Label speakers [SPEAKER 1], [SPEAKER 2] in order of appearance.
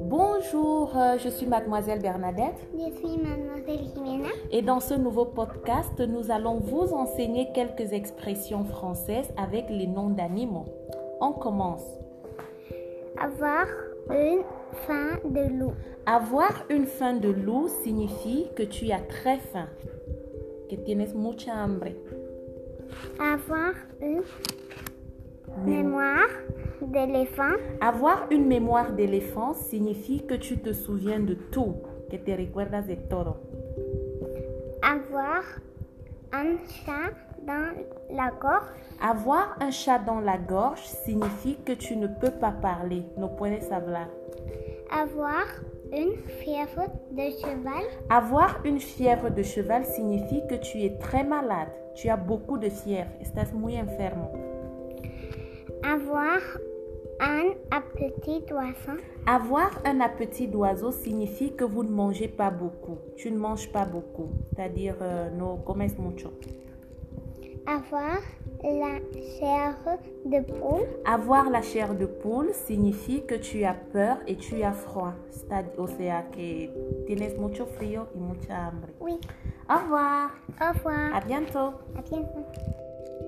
[SPEAKER 1] Bonjour, euh, je suis mademoiselle Bernadette
[SPEAKER 2] Je suis Mademoiselle Jimena.
[SPEAKER 1] et dans ce nouveau podcast, nous allons vous enseigner quelques expressions françaises avec les noms d'animaux. On commence.
[SPEAKER 2] Avoir une faim de loup.
[SPEAKER 1] Avoir une faim de loup signifie que tu as très faim. Que tienes mucha hambre.
[SPEAKER 2] Avoir une mémoire d'éléphant.
[SPEAKER 1] Avoir une mémoire d'éléphant signifie que tu te souviens de tout. Que te recuerdas de todo.
[SPEAKER 2] Avoir un chat dans la gorge.
[SPEAKER 1] Avoir un chat dans la gorge signifie que tu ne peux pas parler. No puedes hablar.
[SPEAKER 2] Avoir une fièvre de cheval.
[SPEAKER 1] Avoir une fièvre de cheval signifie que tu es très malade. Tu as beaucoup de fièvre. Estás muy enfermo.
[SPEAKER 2] Avoir un appétit oiseau.
[SPEAKER 1] Avoir un appétit d'oiseau signifie que vous ne mangez pas beaucoup. Tu ne manges pas beaucoup. C'est-à-dire, euh, no comes mucho.
[SPEAKER 2] Avoir la chair de poule.
[SPEAKER 1] Avoir la chair de poule signifie que tu as peur et tu as froid. C'est-à-dire, o sea, que tienes mucho frío y mucha hambre.
[SPEAKER 2] Oui.
[SPEAKER 1] Au revoir.
[SPEAKER 2] Au
[SPEAKER 1] À
[SPEAKER 2] revoir.
[SPEAKER 1] bientôt.
[SPEAKER 2] À bientôt.